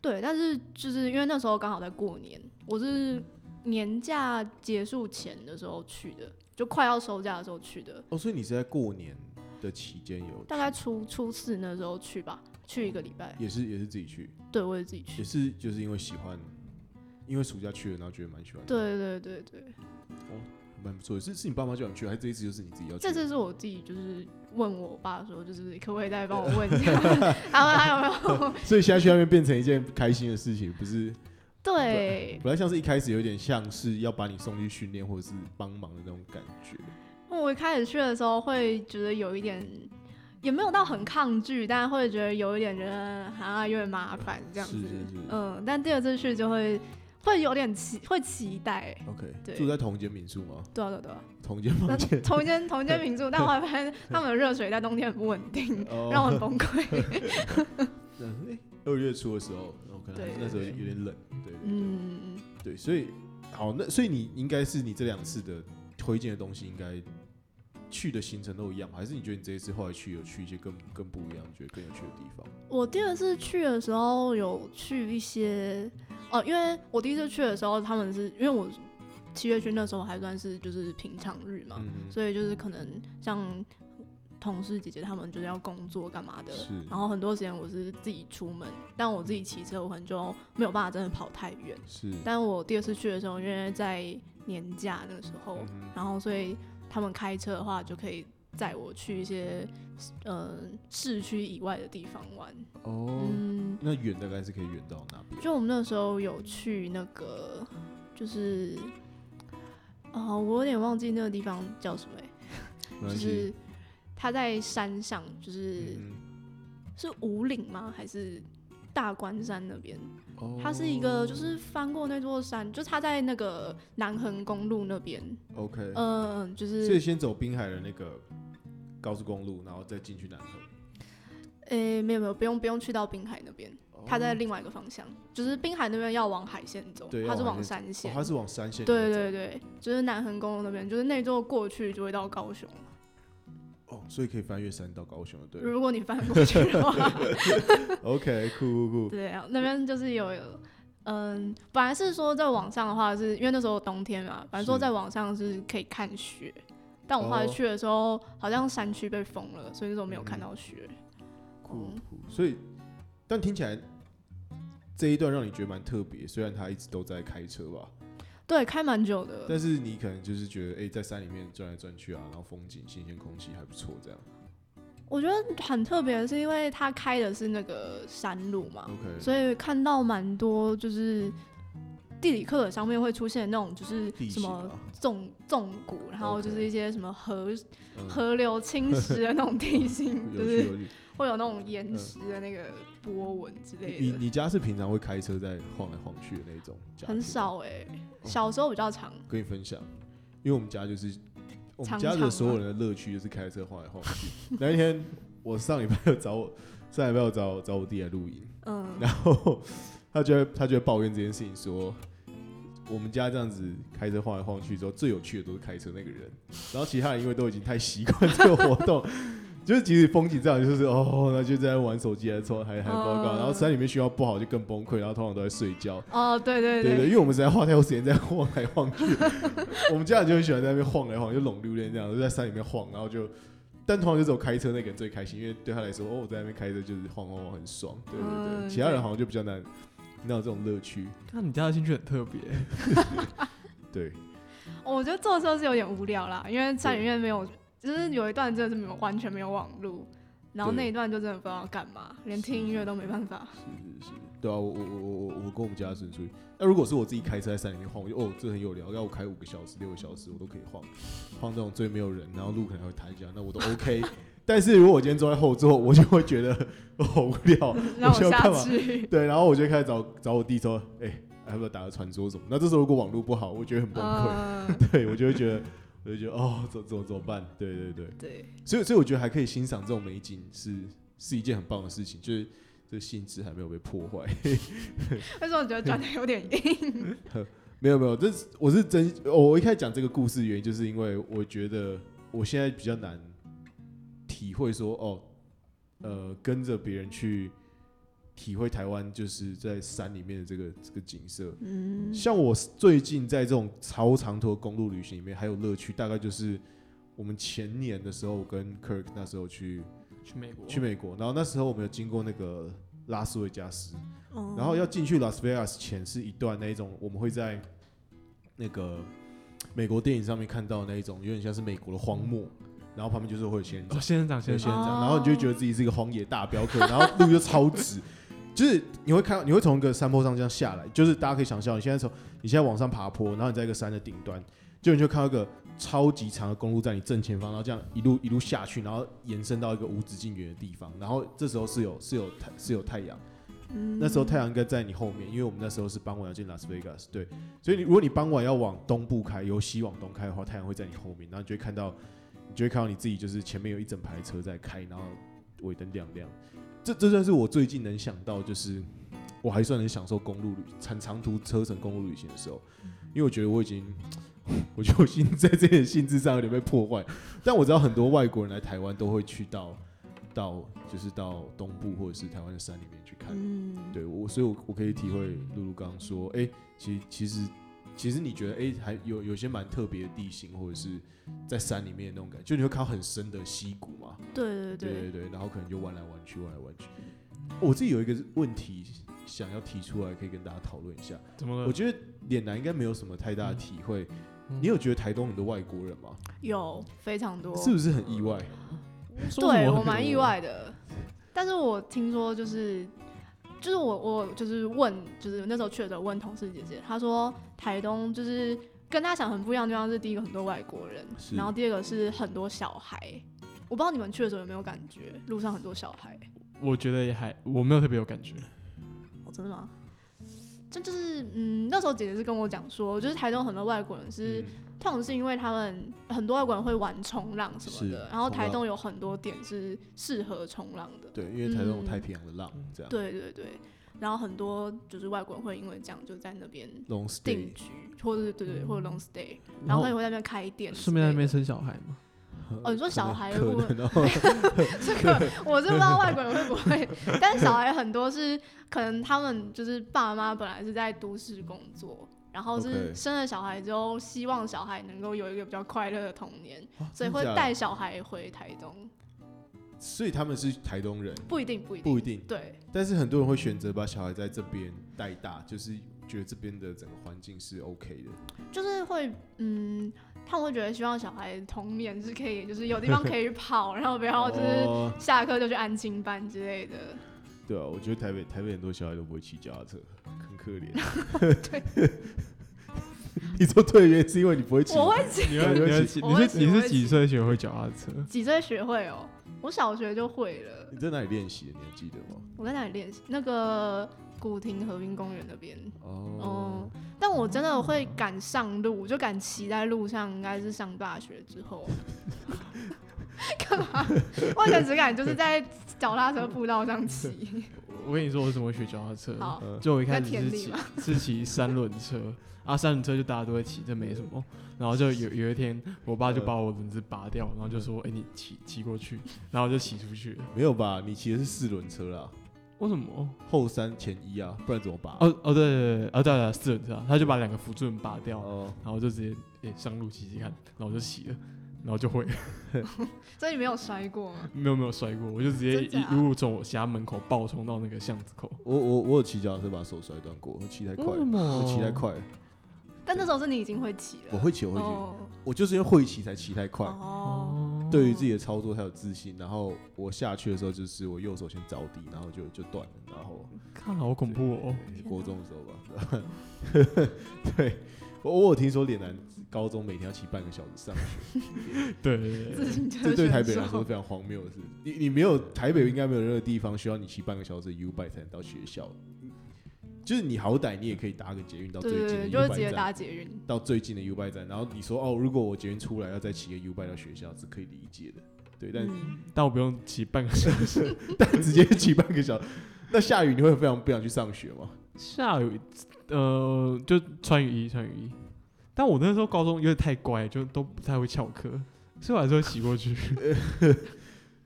Speaker 2: 对，但是就是因为那时候刚好在过年，我是年假结束前的时候去的，就快要收假的时候去的，
Speaker 1: 哦，所以你是在过年的期间有去，
Speaker 2: 大概初初四那时候去吧，去一个礼拜。
Speaker 1: 也是也是自己去，
Speaker 2: 对，我也自己去
Speaker 1: 也。是就是因为喜欢，因为暑假去了，然后觉得蛮喜欢的，
Speaker 2: 对对对对，
Speaker 1: 蛮不错的。是是你爸妈叫你去，还是这一次就是你自己要去？
Speaker 2: 这次是我自己就是问我爸说，就是可不可以再帮我问 一下他们还有没有？
Speaker 1: 所以现在去那边变成一件开心的事情，不是
Speaker 2: 对，
Speaker 1: 本来像是一开始有点像是要把你送去训练或者是帮忙的那种感觉。
Speaker 2: 我一开始去的时候会觉得有一点，也没有到很抗拒，但会觉得有一点觉得啊有点麻烦这样子。
Speaker 1: 是是是
Speaker 2: 嗯，但第二次去就会会有点期会期待，
Speaker 1: OK，
Speaker 2: 对
Speaker 1: 住在同一间民宿吗？
Speaker 2: 对啊对啊对啊。
Speaker 1: 同一间房间？
Speaker 2: 同一间同一间民宿，但后来发 现他们的热水在冬天很不稳定，
Speaker 1: 哦
Speaker 2: 让我很崩溃。
Speaker 1: 嗯诶二月初的时候，然后可能还
Speaker 2: 对
Speaker 1: 是那时候
Speaker 2: 对对
Speaker 1: 有点冷，对对对。
Speaker 2: 嗯，
Speaker 1: 对，所以好，那所以你应该是你这两次的推荐的东西，应该去的行程都一样吗，还是你觉得你这一次后来去有去一些更更不一样，觉得更有趣的地方？
Speaker 2: 我第二次去的时候有去一些哦，因为我第一次去的时候，他们是因为我七月去那时候还算是就是平常日嘛，
Speaker 1: 嗯，
Speaker 2: 所以就是可能像同事姐姐她们就是要工作干嘛的
Speaker 1: 是，
Speaker 2: 呃然后很多时间我是自己出门，但我自己骑车我可能就没有办法真的跑太远。
Speaker 1: 是，
Speaker 2: 但我第二次去的时候，因为在年假那个时候，
Speaker 1: 嗯哼
Speaker 2: 然后所以他们开车的话就可以载我去一些呃市区以外的地方玩。
Speaker 1: 哦，
Speaker 2: 嗯，
Speaker 1: 那远大概是可以远到哪边？
Speaker 2: 就我们那时候有去那个，就是，哦，我有点忘记那个地方叫什么、欸，
Speaker 1: 没
Speaker 2: 就
Speaker 1: 关系
Speaker 2: 是它在山上，就是、
Speaker 1: 嗯
Speaker 2: 是五岭吗？还是大关山那边，
Speaker 1: 哦
Speaker 2: 它是一个就是翻过那座山，就是它在那个南横公路那边，
Speaker 1: 哦 OK，
Speaker 2: 嗯，就
Speaker 1: 所以
Speaker 2: 是
Speaker 1: 先走滨海的那个高速公路，然后再进去南投。
Speaker 2: 诶、没有没有，不用不用去到滨海那边，
Speaker 1: 哦
Speaker 2: 它在另外一个方向，就是滨海那边要往海线走
Speaker 1: 对，
Speaker 2: 它是
Speaker 1: 要往海
Speaker 2: 往山
Speaker 1: 哦
Speaker 2: 线，
Speaker 1: 它是往山线。
Speaker 2: 对。对对，就是南横公路那边，就是那座过去就会到高雄。
Speaker 1: 哦，所以可以翻越山到高雄了，对了。
Speaker 2: 如果你翻过去的话，
Speaker 1: OK，酷酷酷。
Speaker 2: 对啊，那边就是有，嗯，本来是说在网上的话是，因为那时候冬天嘛，本来说
Speaker 1: 是
Speaker 2: 在网上是可以看雪，但我后来
Speaker 1: 哦
Speaker 2: 去的时候，好像山区被封了，所以那时候没有看
Speaker 1: 嗯
Speaker 2: 到雪。
Speaker 1: 酷
Speaker 2: 嗯
Speaker 1: 酷，所以但听起来这一段让你觉得蛮特别，虽然他一直都在开车吧，
Speaker 2: 对，开蛮久的，
Speaker 1: 但是你可能就是觉得，哎、在山里面转来转去啊，然后风景、新鲜空气还不错，这样。
Speaker 2: 我觉得很特别，是因为它开的是那个山路嘛，
Speaker 1: OK，
Speaker 2: 啊所以看到蛮多就是地理课本上面会出现那种就是
Speaker 1: 地
Speaker 2: 什
Speaker 1: 形
Speaker 2: 么
Speaker 1: 啊
Speaker 2: 纵纵谷，然后就
Speaker 1: OK
Speaker 2: 是一些什么河
Speaker 1: 嗯
Speaker 2: 河流侵蚀的那种地形，就
Speaker 1: 有趣
Speaker 2: 是
Speaker 1: 有趣。
Speaker 2: 会有那种岩石的那个波纹之类
Speaker 1: 嗯你
Speaker 2: 的，
Speaker 1: 你家是平常会开车在晃来晃去的那种家庭吗
Speaker 2: 很。少哎、
Speaker 1: 哦
Speaker 2: 小时候比较长，
Speaker 1: 跟你分享，因为我们家就是我们
Speaker 2: 常
Speaker 1: 家
Speaker 2: 常
Speaker 1: 的
Speaker 2: 吗
Speaker 1: 所有人的乐趣就是开车晃来晃去。那一天我上礼拜有找我上礼拜有找我找我弟来露营，
Speaker 2: 嗯，
Speaker 1: 然后他就会他就会抱怨这件事情说。我们家这样子开车晃来晃去之后，最有趣的都是开车那个人，然后其他人因为都已经太习惯这个活动， 就是即使风景这样，就是哦，那就在那玩手机，还抽还还报告，然后山里面讯号不好就更崩溃，然后通常都在睡觉，
Speaker 2: 哦，对对
Speaker 1: 对对，
Speaker 2: 对，
Speaker 1: 因为我们实在花太多时间在晃来晃去，我们家人就很喜欢在那边晃来晃，就拢溜连这样，就在山里面晃，然后就，但通常就只有开车那个人最开心，因为对他来说，哦，我在那边开车就是晃晃晃很爽，对对对，
Speaker 2: 嗯
Speaker 1: 其他人
Speaker 2: 对
Speaker 1: 好像就比较难，哪有这种乐趣？
Speaker 3: 看你家的兴趣很特别，
Speaker 1: 对，
Speaker 2: 哦我觉得坐车是有点无聊啦，因为山里面没有，就是有一段真的是没有完全没有网路，然后
Speaker 1: 对
Speaker 2: 那一段就真的不知道干嘛，连听音乐都没办法。
Speaker 1: 是是是，对啊，我我我我我跟我们家人出去，那如果是我自己开车在山里面晃，我就哦，这很有聊，要我开五个小时、六个小时我都可以晃，晃这种最没有人，然后路可能还会塌一下，那我都 OK。但是如果我今天坐在后座，我就会觉得我好无聊，
Speaker 2: 让
Speaker 1: 就
Speaker 2: 我下
Speaker 1: 干嘛
Speaker 2: 去。
Speaker 1: 对，然后我就开始找找我弟说，哎、还要不要打个传说什么？那这时候如果网络不好，我觉 得很崩溃，
Speaker 2: 嗯，
Speaker 1: 对我就会觉得，我就觉得哦，怎怎怎么办？对对对，
Speaker 2: 对，
Speaker 1: 所以所以我觉得还可以欣赏这种美景是是一件很棒的事情，就是这性质还没有被破坏。
Speaker 2: 为什么我觉得转的有点硬？
Speaker 1: 没有没有，这是我是真，哦我一开始讲这个故事的原因，就是因为我觉得我现在比较难体会说哦，呃，跟着别人去体会台湾就是在山里面的这个这个景色。
Speaker 2: 嗯，
Speaker 1: 像我最近在这种超长途的公路旅行里面，还有乐趣，大概就是我们前年的时候，我跟 Kirk 那时候去
Speaker 3: 去美国，
Speaker 1: 去美国，然后那时候我们有经过那个拉斯维加斯，然
Speaker 2: 哦
Speaker 1: 后要进去拉斯维加斯前是一段那一种我们会在那个美国电影上面看到的那一种，有点像是美国的荒漠，然后旁边就是会有仙人掌
Speaker 3: 哦，，仙人掌，
Speaker 1: 仙
Speaker 3: 仙
Speaker 1: 人
Speaker 3: 人掌，
Speaker 1: 掌，
Speaker 2: 哦
Speaker 1: 然后你就会觉得自己是一个荒野大镖客，然后路又超直， 就是你会看到你会从一个山坡上这样下来，就是大家可以想象，你现在从你现在往上爬坡，然后你在一个山的顶端，就你就看到一个超级长的公路在你正前方，然后这样一路一路下去，然后延伸到一个无止境远的地方，然后这时候是有是有太是有太阳。
Speaker 2: 嗯
Speaker 1: 那时候太阳应该在你后面，因为我们那时候是傍晚要进拉斯维加斯，对，所以你如果你傍晚要往东部开，由西往东开的话，太阳会在你后面，然后你就会看到，你就会看到你自己就是前面有一整排车在开，然后尾灯亮亮，这这算是我最近能想到，就是我还算能享受公路旅长长途车程公路旅行的时候，因为我觉得我已经， 我觉得我心在这点性质上有点被破坏，但我知道很多外国人来台湾都会去到到就是到东部或者是台湾的山里面去看。
Speaker 2: 嗯，
Speaker 1: 对我，所以我我可以体会露露刚刚说，哎、其其实其实你觉得，哎、还有有些蛮特别的地形，或者是在山里面的那种感觉，就你会看到很深的溪谷嘛，
Speaker 2: 对
Speaker 1: 对
Speaker 2: 对对
Speaker 1: 对对，然后可能就玩来玩去，玩来玩去。我自己有一个问题想要提出来，可以跟大家讨论一下。
Speaker 3: 怎么
Speaker 1: 我
Speaker 3: 了？
Speaker 1: 觉得脸男应该没有什么太大的体会，你有觉得台东很多外国人吗？
Speaker 2: 有非常多，
Speaker 1: 是不是很意外？
Speaker 3: 说什
Speaker 2: 对
Speaker 3: 么
Speaker 2: 我蛮意外的。但是我听说就是，就是我我就是问，就是那时候去的时候问同事姐姐，她说台东就是跟她想很不一样的地方是，第一个很多外国人，
Speaker 1: 是
Speaker 2: 然后第二个是很多小孩。我不知道你们去的时候有没有感觉，路上很多小孩。
Speaker 3: 我觉得也还，我没有特别有感觉，
Speaker 2: 哦，真的吗？这就是嗯，那时候姐姐是跟我讲说，就是台中很多外国人是、
Speaker 1: 嗯
Speaker 2: 通常是因为他们很多外国人会玩冲浪什么的
Speaker 1: 是，
Speaker 2: 然后
Speaker 1: 冲
Speaker 2: 台
Speaker 1: 浪
Speaker 2: 东有很多点是适合冲浪的。
Speaker 1: 对，因为台东有
Speaker 2: 嗯
Speaker 1: 太平洋的嗯浪，这样
Speaker 2: 对对对，然后很多就是外国人会因为这样就在那边
Speaker 1: long
Speaker 2: 定
Speaker 1: stay，
Speaker 2: 居，或者是对对，
Speaker 1: 嗯
Speaker 2: 或者 long stay，然
Speaker 3: 然
Speaker 2: 后
Speaker 3: 后
Speaker 2: 他也会在那边开店之类的，
Speaker 3: 顺便在那边生小孩嘛，
Speaker 2: 哦你说
Speaker 1: 可
Speaker 2: 小
Speaker 1: 能
Speaker 2: 孩
Speaker 1: 可
Speaker 2: 如果
Speaker 1: 能哦
Speaker 2: 这个我是不知道外国人会不会，但是小孩很多是可能他们就是爸妈本来是在都市工作，然后是
Speaker 1: OK
Speaker 2: 生了小孩之后，希望小孩能够有一个比较快乐的童年，
Speaker 1: 啊
Speaker 2: 所
Speaker 1: 真
Speaker 2: 以会
Speaker 1: 假的
Speaker 2: 带小孩回台东，
Speaker 1: 所以他们是台东人，
Speaker 2: 不一定不一定，
Speaker 1: 不一定，
Speaker 2: 对
Speaker 1: 但是很多人会选择把小孩在这边带大，就是觉得这边的整个环境是 OK 的。
Speaker 2: 就是会嗯。他们会觉得希望小孩童年是可以，就是有地方可以跑，然后不要就是
Speaker 1: 哦
Speaker 2: 下课就去安亲班之类的。
Speaker 1: 对啊，我觉得台北台北很多小孩都不会骑脚踏车，很可怜。
Speaker 2: 对，
Speaker 1: 你说对，原因是因为你不会骑。
Speaker 2: 我会骑
Speaker 3: 你
Speaker 1: 会
Speaker 3: 会
Speaker 1: 你
Speaker 3: 你
Speaker 1: 会
Speaker 3: 会
Speaker 1: 骑
Speaker 3: 骑
Speaker 2: 我会
Speaker 3: 你
Speaker 2: 骑
Speaker 3: 是
Speaker 2: 我
Speaker 3: 你
Speaker 2: 会
Speaker 3: 是
Speaker 2: 骑
Speaker 3: 几岁学会脚踏车？
Speaker 2: 几岁学会哦？我小学就会了。
Speaker 1: 你在哪里练习的？你还记得吗？
Speaker 2: 我在哪里练习？那个古亭河滨公园那边。
Speaker 1: 哦，
Speaker 2: 但我真的会敢上路，就敢骑在路上，应该是上大学之 后。干嘛？我以前只敢就是在脚踏车步道上骑。
Speaker 3: 我跟你说，我怎么学脚踏车？
Speaker 2: 好，
Speaker 3: 就我一开始
Speaker 2: 在田
Speaker 3: 是
Speaker 2: 里
Speaker 3: 骑
Speaker 2: 吗
Speaker 3: 是骑三轮车啊，三轮车就大家都会骑，这没什么。然后就有有一天，我爸
Speaker 1: 嗯
Speaker 3: 就把我轮子拔掉，然后就说：“哎、你骑骑过去。”然后我就骑出去了。
Speaker 1: 没有吧？你骑的是四轮车啦，
Speaker 3: 为什么？
Speaker 1: 后三前一啊，不然怎么拔？
Speaker 3: 哦哦对对对，哦对对，四轮车啊，他就把两个辅助轮拔掉，
Speaker 1: 哦，
Speaker 3: 然后就直接哎、上路骑骑看，然后我就骑了，然后就会了
Speaker 2: 所以你没有摔过吗？
Speaker 3: 没有没有摔过，我就直接
Speaker 2: 真假
Speaker 3: 一一路从我家门口暴冲到那个巷子口。
Speaker 1: 我我我有骑脚踏车把手摔断过，我骑太快了，我骑太快了，
Speaker 2: 但那时候是你已经会骑了。
Speaker 1: 我会骑，我会骑，
Speaker 2: 哦
Speaker 1: 我就是因为会骑才骑太快。
Speaker 2: 哦，
Speaker 3: 哦，
Speaker 1: 对于自己的操作才有自信，然后我下去的时候就是我右手先着地，然后就就断了，然后
Speaker 3: 看好恐怖哦。
Speaker 1: 欸
Speaker 2: 天
Speaker 1: 国
Speaker 2: 哪
Speaker 1: 中的时候吧。对， 我我有听说脸男高中每天要骑半个小时上学，
Speaker 3: 对对对
Speaker 2: 自
Speaker 3: 对，
Speaker 2: 行车
Speaker 1: 这对
Speaker 2: 选
Speaker 1: 台北人来
Speaker 2: 手
Speaker 1: 说是非常荒谬的事。你你没有台北应该没有任何地方需要你骑半个小时的 U bike 才能到学校，就是你好歹你也可以搭个捷运到
Speaker 2: 对
Speaker 1: 最
Speaker 2: 对
Speaker 1: 近的
Speaker 2: 对，
Speaker 1: U
Speaker 2: 就会直
Speaker 1: bike
Speaker 2: 接
Speaker 1: 站，
Speaker 2: 搭捷运。
Speaker 1: 到最近的 U bike 站，然后你说哦，如果我捷运出来要再骑个 U bike 到学校是可以理解的，对，但
Speaker 2: 嗯
Speaker 3: 但我不用骑半个小时。
Speaker 1: 但直接骑半个小时，那下雨你会非常不想去上学吗？
Speaker 3: 下雨，呃，就穿雨衣，穿雨衣。但我那时候高中有点太乖，就都不太会翘课，所以我还是会骑过去，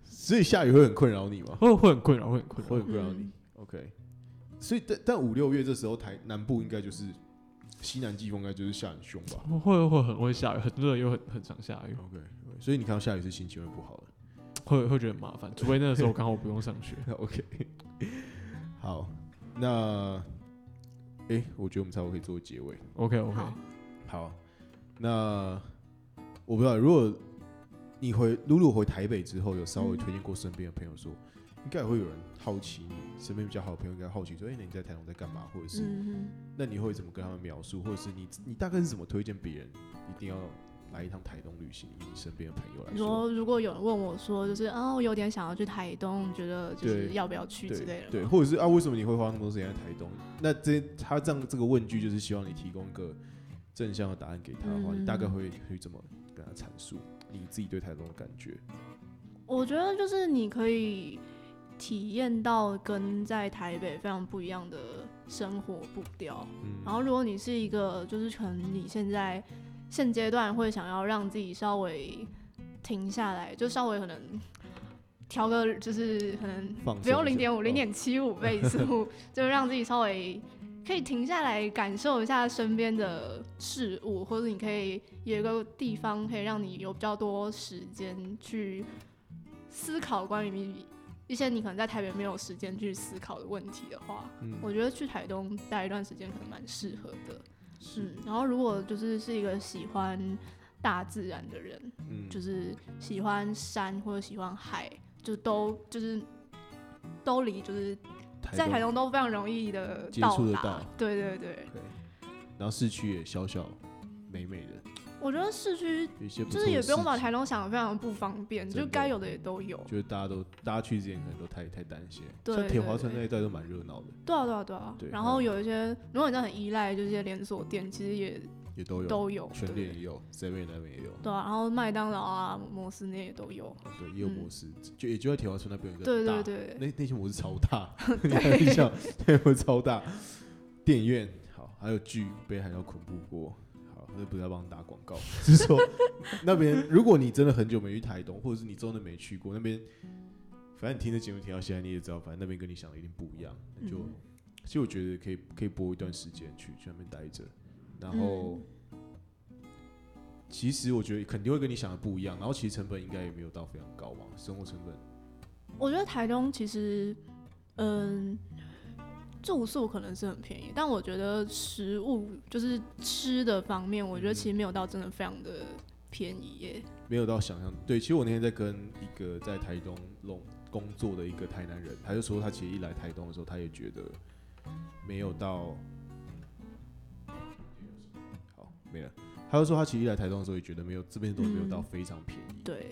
Speaker 1: 所以下雨会很困扰你吗？
Speaker 3: 会会很困扰，会很困
Speaker 1: 会
Speaker 3: 扰。
Speaker 1: 很困扰你
Speaker 2: 嗯。
Speaker 1: OK，所以但但五六月这时候台南部应该就是西南季风，应该就是下很凶吧
Speaker 3: 会会会很会下雨，很热又很很常下雨，
Speaker 1: ？OK，所以你看到下雨是心情会不好的。
Speaker 3: 会会觉得很麻烦。除非那个时候刚好不用上学，
Speaker 1: OK，好，那诶，我觉得我们差不多可以做结尾。
Speaker 3: OK OK，
Speaker 2: 好，
Speaker 1: 好，那我不知道，如果你回露露回台北之后，有稍微
Speaker 2: 嗯
Speaker 1: 推荐过身边的朋友说，应该也会有人好奇你身边比较好的朋友，应该好奇说，哎、那你在台东在干嘛？或者是、
Speaker 2: 嗯哼。
Speaker 1: 那你会怎么跟他们描述，或者是你你大概是怎么推荐别人一定要来一趟台东旅行？以你身边的朋友来
Speaker 2: 你
Speaker 1: 说，
Speaker 2: 说，如果有人问我说，就是啊，我有点想要去台东，觉得就是
Speaker 1: 对
Speaker 2: 要不要去之
Speaker 1: 对
Speaker 2: 类的，
Speaker 1: 对，，或者是啊，为什么你会花那么多时间在台东？那这他这样这个问句就是希望你提供一个正向的答案给他的话，你大概
Speaker 2: 嗯
Speaker 1: 会会怎么跟他阐述你自己对台东的感觉？
Speaker 2: 我觉得就是你可以体验到跟在台北非常不一样的生活步调。
Speaker 1: 嗯
Speaker 2: 然后，如果你是一个就是可能你现在现阶段会想要让自己稍微停下来，就稍微可能调个就是可能
Speaker 1: 放
Speaker 2: 不用
Speaker 1: 松一
Speaker 2: 零
Speaker 1: 下
Speaker 2: 点五、
Speaker 1: 哦
Speaker 2: 零点 七五倍速， 就让自己稍微可以停下来感受一下身边的事物，或者你可以有一个地方可以让你有比较多时间去思考关于你一些你可能在台北没有时间去思考的问题的话，
Speaker 1: 嗯
Speaker 2: 我觉得去台东待一段时间可能蛮适合的。嗯
Speaker 1: 是，，
Speaker 2: 然后如果就是是一个喜欢大自然的人，
Speaker 1: 嗯，
Speaker 2: 就是喜欢山或者喜欢海，就都就是都离就是在台
Speaker 1: 东，
Speaker 2: 东都非常容易的
Speaker 1: 接
Speaker 2: 到
Speaker 1: 触得
Speaker 2: 达
Speaker 1: 到，
Speaker 2: 对对对，
Speaker 1: 对然后市区也小小美美的，
Speaker 2: 我觉得市区
Speaker 1: 有一些不
Speaker 2: 就
Speaker 1: 错
Speaker 2: 是
Speaker 1: 的
Speaker 2: 也不用
Speaker 1: 事
Speaker 2: 把
Speaker 1: 情
Speaker 2: 台东想的非常不方便，
Speaker 1: 真的
Speaker 2: 就该有的也都有。
Speaker 1: 就是大家都大家去之前可能都太太担心了，
Speaker 2: 对
Speaker 1: 像铁
Speaker 2: 对
Speaker 1: 华村
Speaker 2: 对
Speaker 1: 那一带都蛮热闹的，
Speaker 2: 对啊，对啊，对啊。
Speaker 1: 对
Speaker 2: 然
Speaker 1: 还
Speaker 2: 后
Speaker 1: 有
Speaker 2: 有一些，如果你真的很依赖，就是一些连锁店，其实也
Speaker 1: 也都有，
Speaker 2: 都有。
Speaker 1: 全
Speaker 2: 对
Speaker 1: 店也有，Seven Eleven 也有，
Speaker 2: 对啊，然后麦当劳啊、摩斯那也都有。
Speaker 1: 哦对，也有
Speaker 2: 嗯
Speaker 1: 模式，就也就在铁华村那边有一个
Speaker 2: 对
Speaker 1: 大
Speaker 2: 对对，
Speaker 1: 那那些模式超大， 开玩笑，那模式超大。电影院好，还有剧《北海道恐怖锅》好，那不是在帮你打广告，是 说那边如果你真的很久没去台东，或者是你真的没去过那边，反正你听的节目听到现在你也知道，反正那边跟你想的一定不一样。那就、
Speaker 2: 嗯
Speaker 1: 其实我觉得可以可以播一段时间去去那边待着，然后。
Speaker 2: 嗯
Speaker 1: 其实我觉得肯定会跟你想的不一样，然后其实成本应该也没有到非常高嘛，生活成本
Speaker 2: 我觉得台东其实，嗯，住宿可能是很便宜，但我觉得食物就是吃的方面，我觉
Speaker 1: 嗯
Speaker 2: 得其实没有到真的非常的便宜耶。
Speaker 1: 没有到想象。对，其实我那天在跟一个在台东工工作的一个台南人，他就说他其实一来台东的时候，他也觉得没有到。好，没了。他就说他其实一来台东的时候也觉得没有这边都没有到
Speaker 2: 嗯
Speaker 1: 非常便宜，
Speaker 2: 对，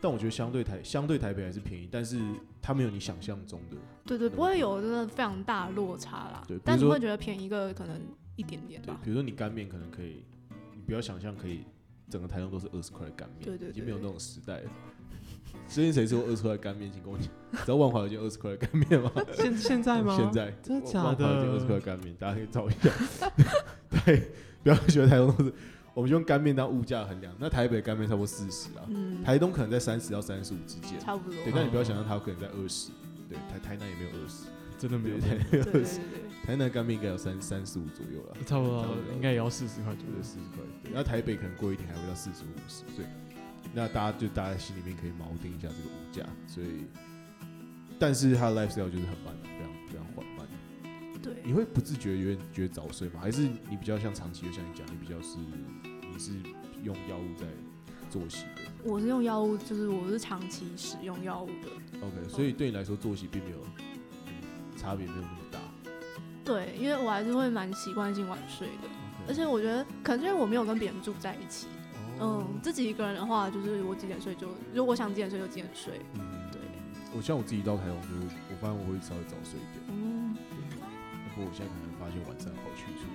Speaker 1: 但我觉得相对台相对台北还是便宜，但是它没有你想象中的。
Speaker 2: 对对，不会有真的非常大的落差啦
Speaker 1: 对比如。
Speaker 2: 但你
Speaker 1: 说
Speaker 2: 会觉得便宜个可能一点点
Speaker 1: 对
Speaker 2: 吧，。
Speaker 1: 比如说你干面可能可以，你不要想象可以整个台东都是二十块的干面，
Speaker 2: 对对
Speaker 1: 已经没
Speaker 2: 对
Speaker 1: 有那种时代了。之前谁说二十块的干面？请跟我讲，你知道万华有间二十块的干面吗？
Speaker 3: 现现在吗？
Speaker 1: 现在
Speaker 3: 真的
Speaker 1: 我
Speaker 3: 假
Speaker 1: 忘了
Speaker 3: 的
Speaker 1: 二十块干面，大家可以找一下。 对， 不要学台东都是，我们就用干面当物价衡量。那台北干面差不多四十啊，
Speaker 2: 嗯，
Speaker 1: 台东可能在三十到三十五之间。
Speaker 2: 差不多。
Speaker 1: 对，但你不要想象它可能在二十。对，台台南也没有二十，
Speaker 3: 真的没有
Speaker 1: 对，，台南没有二
Speaker 2: 对对对
Speaker 1: 十。
Speaker 2: 对。
Speaker 1: 台南干面应该有三三十五左右了，
Speaker 3: 差不多
Speaker 1: 差
Speaker 3: 啊
Speaker 1: 不多
Speaker 3: 应该也要四十块左
Speaker 1: 对，
Speaker 3: 右。
Speaker 1: 四十块。对，那台北可能贵一点，还会到四十五十。对，那大家就大家心里面可以锚定一下这个物价。所以，但是它的 lifestyle 就是很慢，非常非常缓慢。
Speaker 2: 对，
Speaker 1: 你会不自觉有点觉得早睡吗？还是你比较像长期的，像你讲，你比较是你是用药物在作息的
Speaker 2: 我是用药物，就是我是长期使用药物的。
Speaker 1: ？OK，所以对你来说作息并没有、嗯差别没有那么大。
Speaker 2: 对，因为我还是会蛮习惯性晚睡的，而
Speaker 1: OK，
Speaker 2: 且我觉得可能就是我没有跟别人住在一起，
Speaker 1: 哦
Speaker 2: 嗯，自己一个人的话，就是我几点睡就，如果我想几点睡就几点睡，
Speaker 1: 嗯，
Speaker 2: 对，
Speaker 1: 我像我自己到台湾，就是我发现我会稍微早睡一点，
Speaker 2: 嗯，
Speaker 1: 不过我现在可能发现晚上好去处。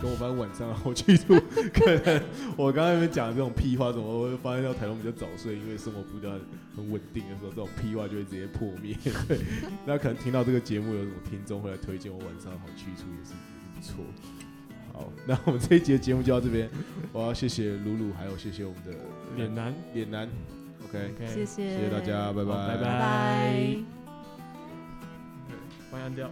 Speaker 1: 跟我发现晚上好去处，可能我刚才那边讲的这种屁话，怎么我会发现到台东比较早睡，因为生活步调很很稳定的时候，这种屁话就会直接破灭。 对，那可能听到这个节目有什么听众会来推荐我晚上好去处，也是也是不错。好，那我们这一节节目就到这边，我要谢谢露露，还有谢谢我们的
Speaker 3: 脸男
Speaker 1: 脸男，OK，
Speaker 3: ，OK，
Speaker 1: 谢
Speaker 2: 谢谢
Speaker 1: 谢大家，拜
Speaker 3: 好拜
Speaker 2: 拜
Speaker 3: 拜
Speaker 2: 拜。
Speaker 3: 帮你按掉。